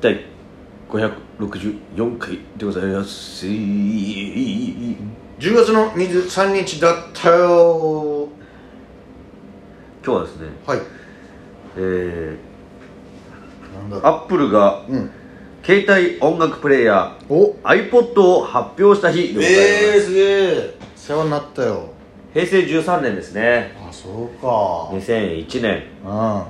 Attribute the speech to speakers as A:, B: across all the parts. A: 第564回でございます10
B: 10月の23日だったよ
A: 今日はですね
B: はい
A: え
B: なんだ
A: ー、アップルが
B: うん
A: 携帯音楽プレイヤ
B: お
A: ー iPod を発表した日でございます、
B: ええー、すげえ世話になったよ
A: 平成13年ですね
B: あそうか
A: 2001年
B: うんあ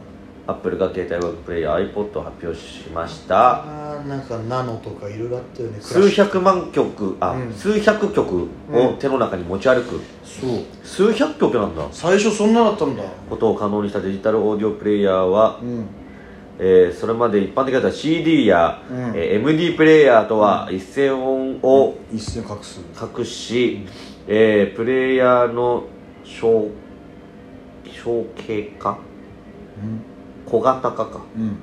A: アップルが携帯音楽プレイヤー iPod を発表しました
B: ーなんかナノとかいろいろあったよね
A: 数百万曲あ、
B: うん
A: 数百曲を手の中に持ち歩く、
B: そう
A: 数百曲なんだ
B: 最初そんなだったんだ
A: ことを可能にしたデジタルオーディオプレイヤーは
B: う、ん
A: えーそれまで一般的だった CD や、
B: うん
A: えー MD プレイヤーとは一線音を
B: 一線隠す
A: 隠し、えープレイヤーの小小型化
B: うん
A: 小型化か
B: うん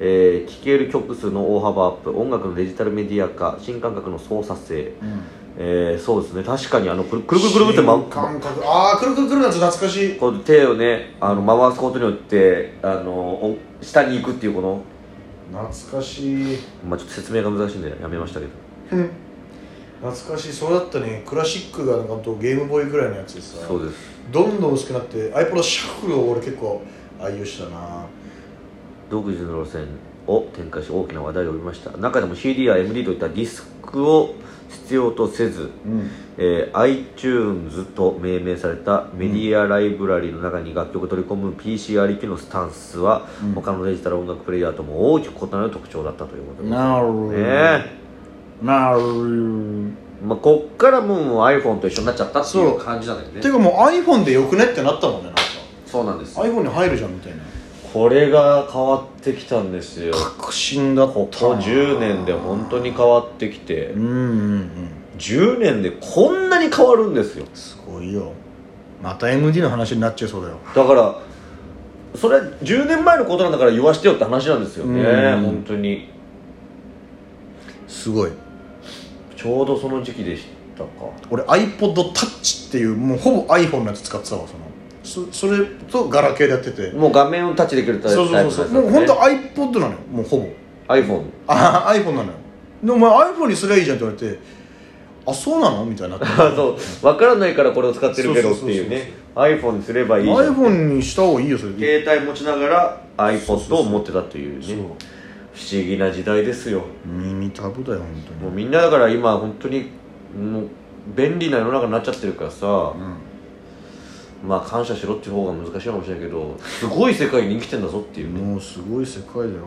A: えー聴ける曲数の大幅アップ音楽のデジタルメディア化新感覚の操作性、
B: うん
A: えーそうですね確かにあのくるくるくるくるって、
B: 新感覚ああくるくるくるのやつ懐かしい
A: こう手をねあの回すことによってあのお下に行くっていうこの、
B: 懐かしい
A: まあ、ちょっと説明が難しいんでやめましたけど
B: うん懐かしいそうだったねクラシックがなんかほんとゲームボーイぐらいのやつでさ
A: そうです
B: どんどん薄くなって iPod シャッフルを俺結構愛用したな
A: 独自の路線を展開し大きな話題を呼びました中でも CD や MD といったディスクを必要とせず、
B: うん
A: えー iTunes と命名されたメディアライブラリの中に楽曲を取り込む PC ありきのスタンスは、
B: うん
A: 他のデジタル音楽プレイヤーとも大きく異なる特徴だったということですね
B: なるほど
A: え
B: なるほ
A: まあ、こっからもう iPhone と一緒になっちゃったってい
B: そう
A: う感じなんだけど
B: ど
A: ね
B: てかもう iPhone でよくねってなったもんねなんか
A: そうなんですよ
B: iPhone に入るじゃんみたいな
A: これが変わってきたんですよ
B: 確信だった
A: ここ10年で本当に変わってきて
B: うんうんうん
A: 10年でこんなに変わるんですよ
B: すごいよまた MD の話になっちゃいそうだよ
A: だからそれは10年前のことなんだから言わしてよって話なんですよね
B: うん
A: 本当に
B: すごい
A: ちょうどその時期でしたか
B: 俺 iPodTouch っていうもうほぼ iPhone のやつ使ってたわそのそそれとガラケーでやってて
A: もう画面をタッチできるタイ
B: そう
A: プ
B: そうそうそうもう本当 iPod なのよもうほぼ
A: iPhone
B: あ iPhone なのよでお前 iPhone にすりゃいいじゃんって言われてあそうなのみた いになって
A: そう分からないからこれを使ってるけどっていうね iPhone にすればいいじゃん
B: iPhone にした方がいいよそれで
A: 携帯持ちながら iPod を持ってたという
B: そう
A: ね不思議な時代ですよ
B: 耳タブだよ本当
A: もう
B: に
A: みんなだから今本当にもう便利な世の中になっちゃってるからさ、まあ感謝しろっていう方が難しいかもしれないけどすごい世界に生きてんだぞっていうね、
B: もうすごい世界だよ本当に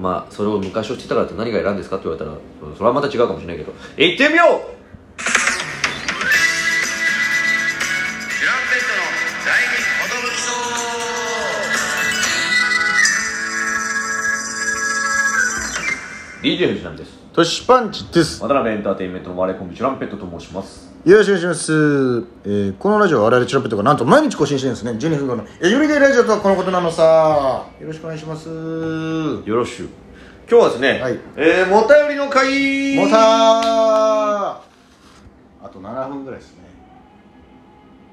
A: まあそれを昔を知ってたからって何が選んですかって言われたらそそれはまた違うかもしれないけど行ってみようチュランペットの第二 DJ 藤なんです
B: トシパンチです
A: 渡辺エンターテインメントの我コンビチュランペットと申します
B: よろしくお願いします、えーこのラジオは我々チラペットがなんと毎日更新してるんですね12分後の「えゆりでラジオ」とはこのことなのさよろしくお願いしますも
A: よろしゅう今日はですね、
B: はい
A: えー、もたよりの会
B: たあと7分ぐらいですね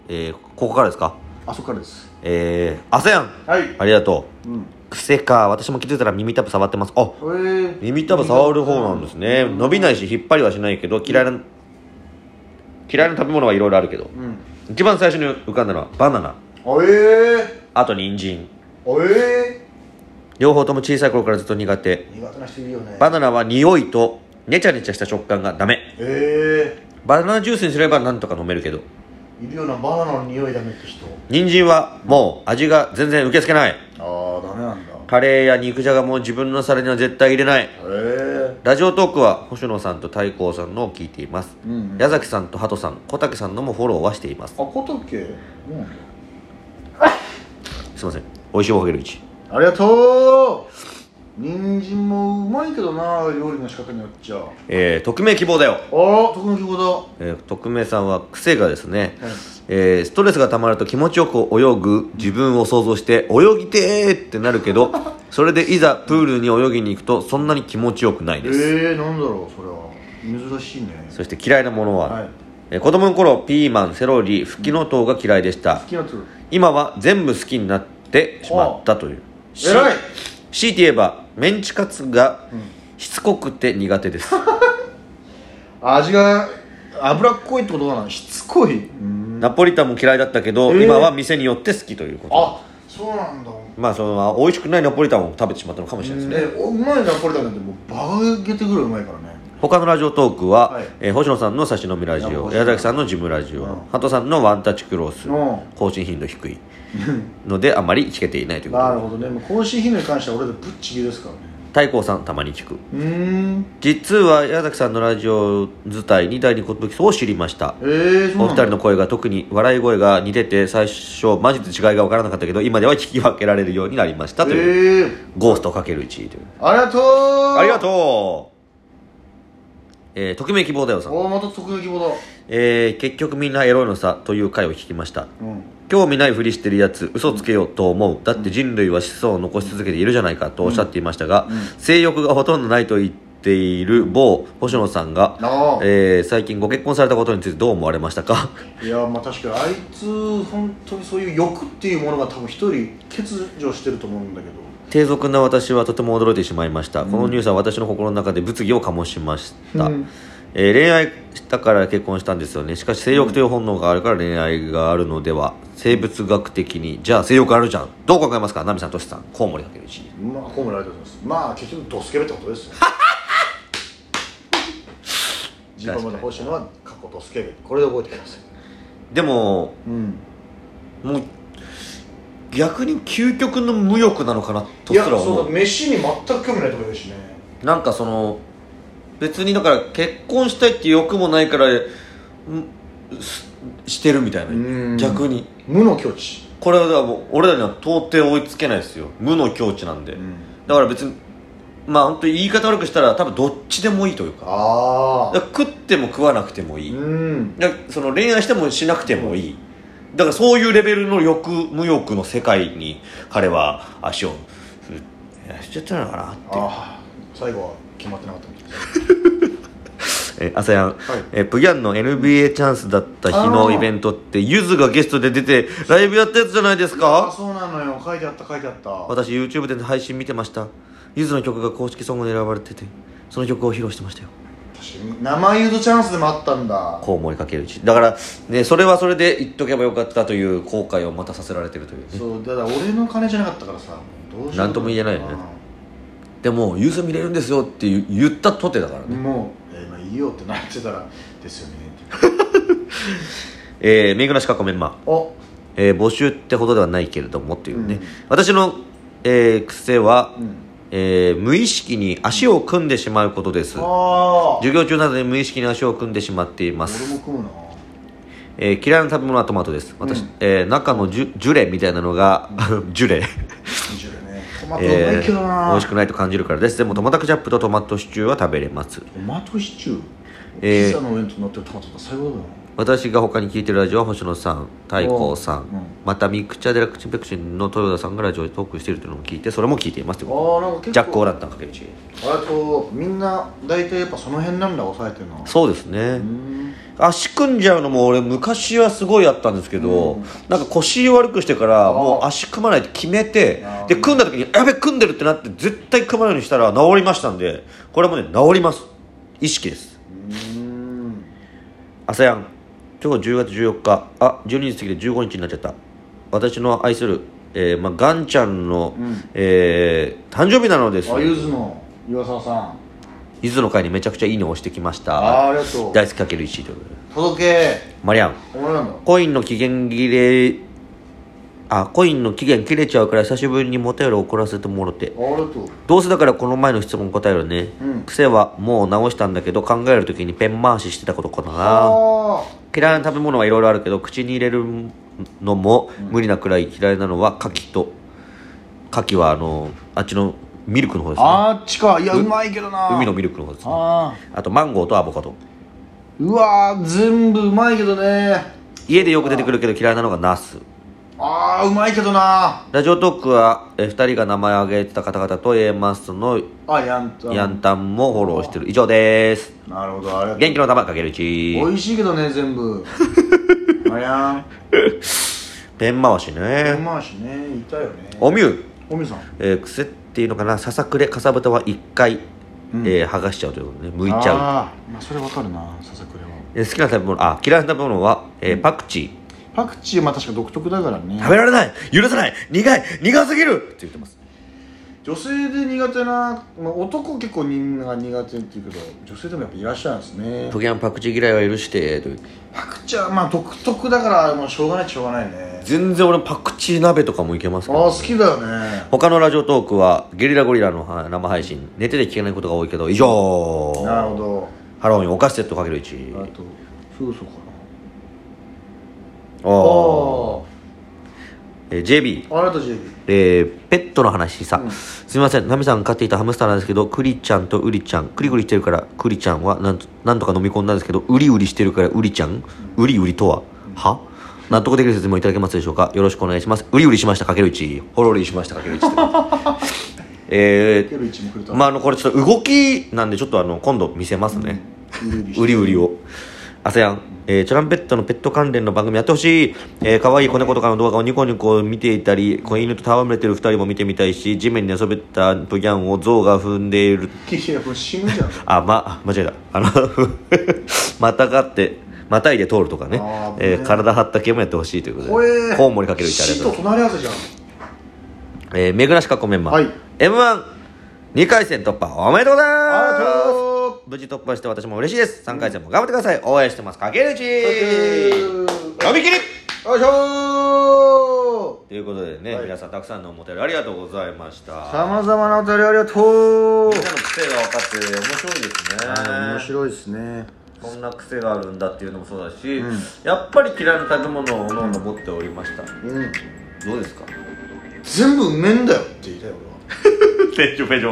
A: えー、ここからですか
B: あそこからです
A: えー、ASEAN
B: はい
A: ありがとう
B: うん
A: 癖か私も気づいたら耳たぶ触ってますあ
B: えー
A: 耳たぶ触る方なんですね伸びないし引っ張りはしないけど嫌いな嫌いな食べ物はいろいろあるけど
B: うん
A: 一番最初に浮かんだのはバナナ
B: あえ
A: あと人参
B: ー、あえ
A: 両方とも小さい頃からずっと苦手
B: ー、苦手な人いるよね
A: バナナは匂いとネチャネチャした食感がダメ
B: え
A: バナナジュースにすればなんとか飲めるけど
B: ー、いるよなバナナの匂いダメって人
A: 人参はもう味が全然受け付けない
B: ああダメなんだへ
A: カレーや肉じゃがも自分の皿には絶対入れない
B: え
A: ラジオトークは星野さんと太閤さんのを聞いています、
B: うんうん
A: 矢崎さんと鳩さん小竹さんのもフォローはしています
B: ー、あ小竹うん
A: すいません美味しいおはげるうち
B: ありがとう人参もうまいけどな料理の仕方によっちゃあ
A: えー、匿名希望だよ、
B: あ特の希望
A: えー匿名さんは癖がですね、
B: はい
A: えーストレスがたまると気持ちよく泳ぐ自分を想像して泳ぎてーってなるけ どそれでいざプールに泳ぎに行くとそんなに気持ちよくない
B: だ
A: です、
B: えー、なんだろうそれは珍しいね
A: そして嫌いなものは、
B: はい
A: えー子供の頃ピーマンセロリフキノトウが嫌いでした
B: 好きなやつ
A: 今は全部好きになってしまったという
B: 偉い
A: し強いて言えばメンチカツがしつこくて苦手です
B: 味が脂っこいってことかなしつこいうん
A: ナポリタンも嫌いだったけど、
B: えー
A: 今は店によって好きということ
B: あそうなんだ
A: まあその美味しくないナポリタンを食べてしまったのかもしれないですね、
B: えおうまいナポリタンなんてもうバカげてぐらいうまいからね
A: 他のラジオトークは、
B: はい
A: えー星野さんの差し飲みラジ
B: いや
A: オ
B: 星野
A: 矢崎さんのジムラジオ、
B: うん
A: 鳩さんのワンタッチクロス、
B: うん
A: 更新頻度低いのであまり聞けていないというこ
B: なる
A: と
B: ほどねもう更新頻度に関しては俺でぶっちぎりですからね
A: 太閤さんたまに聞く
B: うーん
A: 実は矢崎さんのラジオ自体に第二骨武を知りました
B: えー、そ
A: お二
B: うなんだ
A: 人の声が特に笑い声が似てて最初マジで違いが分からなかったけど今では聞き分けられるようになりましたという、
B: えー、
A: ゴーストかける1という
B: ありがとう
A: ありがとうえー、匿名希望だよさん
B: おーまた特撃ボだ
A: えー結局みんなエロいのさという回を聞きました
B: うん
A: 興味ないふりしてるやつ嘘つけようと思うだって人類は子孫を残し続けているじゃないかとおっしゃっていましたが、性欲がほとんどないと言っている某星野さんが、
B: ああ
A: えー最近ご結婚されたことについてどう思われましたか
B: いやまあ確かにあいつ本当にそういう欲っていうものが多分一人欠如してると思うんだけど
A: 低俗な私はとても驚いてしまいました、このニュースは私の心の中で物議を醸しました、
B: うん
A: えー恋愛したから結婚したんですよねしかし性欲という本能があるから恋愛があるのでは生物学的にじゃあ性欲あるじゃんどう考えますかナミさんトシさんコウモリかける1
B: まあコウモリありがとうございますまあ結局ドスケベってこと ですよ自分まで欲しいのは過去ドスケベこれで覚えてください
A: でも
B: うん
A: もう逆に究極の無欲なのかなと
B: いや
A: すら
B: そ
A: 思
B: うだ
A: う
B: 飯に全く興味ないとか言うしね
A: なんかその別にだから結婚したいっていう欲もないからんすしてるみたい
B: うん
A: な逆に
B: 無の境地
A: これはもう俺らには到底追いつけないですよ無の境地なんで、だから別にまあ本当に言い方悪くしたら多分どっちでもいいというか
B: あ
A: だ
B: あ
A: から食っても食わなくてもいい、
B: うん
A: だからその恋愛してもしなくてもいいだからそういうレベルの欲無欲の世界に彼は足をふしちゃったのかなって
B: ああ最後は決まってなかったみたいです
A: え朝やん、
B: い
A: えプギャンの NBA チャンスだった日
B: あ
A: の
B: ー
A: イベントってゆずがゲストで出てライブやったやつじゃないです
B: あ
A: か
B: そうなのよ書いてあった書いてあった
A: 私 YouTube で配信見てましたゆずの曲が公式ソングに選ばれててその曲を披露してましたよ
B: 私生誘導チャンスでもあったんだ
A: こう思いかけるうちだから、ね、それはそれで言っとけばよかったという後悔をまたさせられてるというね
B: そうだから俺の金じゃなかったからさどうしよう
A: なんとも言えないよねでもゆず見れるんですよって言う言ったとてだからね、
B: うんもう、えーまあ、いいよってなってたらですよねって
A: えー、めぐらしかこめんま、
B: お
A: えー募集ってほどではないけれどもっていうね、
B: うん
A: 私の、えー癖は、
B: うん
A: えー無意識に足を組んでしまうことです
B: ああ
A: 授業中などに無意識に足を組んでしまっていま
B: 俺
A: す
B: も、食うな
A: えー嫌いな食べ物はトマトです私、
B: うん
A: えー中のジュジュレみたいなのが、 ジュレ
B: 20でねトマトうま
A: え
B: いけど
A: ー
B: な、
A: 美味しくないと感じるからですでもトマトケチャップとトマトシチューは食べれます
B: トマトシチュー、
A: えー
B: ピザの上に乗ってるトマトって最高だよ
A: 私が他に聞いてるラジオは星野さん太閤さん、
B: うん
A: またミクチャ・デラクチンペクチンの豊田さんがラジオでトークしてるというのを聞いてそれも聞いていますって
B: あ
A: こ
B: ーなん
A: と
B: か結構
A: ジャック・オーランタンかけるち
B: あとみんな大体やっぱその辺なんだ抑えてるのは
A: そうですね、
B: うん
A: 足組んじゃうのも俺昔はすごいやったんですけど、なんか腰悪くしてからもう足組まないって決めて
B: あー
A: で組んだ時にやべ組んでるってなって絶対組まないようにしたら治りましたんでこれもね治ります意識です
B: うん
A: アセアン今日10月14日あ12時過ぎて15日になっちゃった私の愛する、えーまあ、ガンちゃんの、えー誕生日なのです
B: あゆずの岩沢さん
A: ゆずの会にめちゃくちゃいいねを押してきまし
B: あー
A: た
B: ありがとう
A: 大好きかける1ということで
B: 届け
A: マリアン
B: お前なんだ
A: コインの期限切れあコインの期限切れちゃうから久しぶりにモテより怒らせてもろて
B: ありがとう
A: どうせだからこの前の質問答えるね、
B: うん
A: 癖はもう直したんだけど考える時にペン回ししてたことかな
B: ああ
A: 嫌いな食べ物はいろいろあるけど口に入れるのも無理なくらい嫌いなのは牡蠣と牡蠣はあのあっちのミルクの方ですね
B: あっちかいやうまいけどな
A: 海のミルクの方ですね
B: ああ
A: あとマンゴーとアボカド
B: うわー全部うまいけどね
A: 家でよく出てくるけど嫌いなのがナス
B: ああうまいけどな
A: ラジオトークは、えー、2人が名前を挙げてた方々と A マストの
B: あやんと
A: ヤンタンもフォローしてる以上です
B: なるほどありがとう
A: 元気の玉かける
B: 美
A: 1
B: 味しいけどね全部 あやん
A: ペン回し
B: う
A: ね
B: まいしねいたよね
A: おみゅう、
B: おみさん
A: えー癖っていうのかなささくれかさぶたは一回、
B: うん
A: えー剥がしちゃうということね剥いちゃう
B: あーまあそれわかるなささくれは
A: えー好きな食べ物あ嫌いな食べ物は、えーパクチー
B: パクチーはまあ確か独特だからね
A: 食べられない許さない苦い苦すぎるって言ってます
B: 女性で苦手な、まあ、男結構みんなが苦手っていうけど女性でもやっぱいらっしゃるんですね
A: トゲンパクチー嫌いは許してという
B: パクチーはまあ独特だからもうしょうがないっちゃしょうがないね
A: 全然俺パクチー鍋とかもいけます
B: あ
A: け
B: あ
A: ど、
B: 好きだよね
A: 他のラジオトークはゲリラゴリラのは生配信寝てて聞けないことが多いけど以上
B: なるほど
A: ハロウィンお菓子セットかける1
B: あと風俗か
A: お
B: な
A: お
B: あ
A: えー JB
B: ああなた JB
A: えーペットの話さ、すみませんナミさんが飼っていたハムスターなんですけどクリちゃんとウリちゃんクリクリしてるからクリちゃんはなんとなんとか飲み込んだんですけどウリウリしてるからウリちゃんウリウリとはは納得できる説明をいただけますでしょうかよろしくお願いしますウリウリしましたかける1ホロリしましたかける1 え
B: ペルチもくれた
A: ー、まああのこれちょっと動きなんでちょっとあの今度見せますね、
B: ウリウリして
A: ウリウリを。アセアン、えーチュランペットのペット関連の番組やってほしい。えー、可愛い子猫とかの動画をニコニコ見ていたり、子犬と戯れてる二人も見てみたいし、地面に遊べたブギャンを象が踏んでいる。
B: いやもう死 ぬじゃん
A: あ、ま、あ間違えた。あの、 またがって、またいで通るとかね
B: あー。
A: えー体張った系もやってほしいということで。
B: これ
A: コウモリかける1あり
B: 死
A: がとう
B: と
A: ござい
B: 隣り合わせじゃん
A: ます。えー、めぐらしかっこメンバー。
B: はい
A: M1、2回戦突破おめでとうござい
B: ありが
A: ます。
B: とうございます
A: 無事突破して私も嬉しいです。3回戦も頑張ってください。応援してます。かけるうち
B: よ
A: 飲み切り
B: いしょ
A: ということでね、
B: はい
A: 皆さんたくさんのお便りありがとうございました
B: ーさまざまなお便りありがと
A: み
B: う
A: んなの癖が分かって面白い
B: あー面
A: ですね
B: 白いですね
A: こんな癖があるんだっていうのもそうだし、やっぱり嫌いな食べ物をおのおの持っておりました
B: うん
A: どうですか
B: 全部うめえんだよって言いたい俺は
A: ペジョペジョ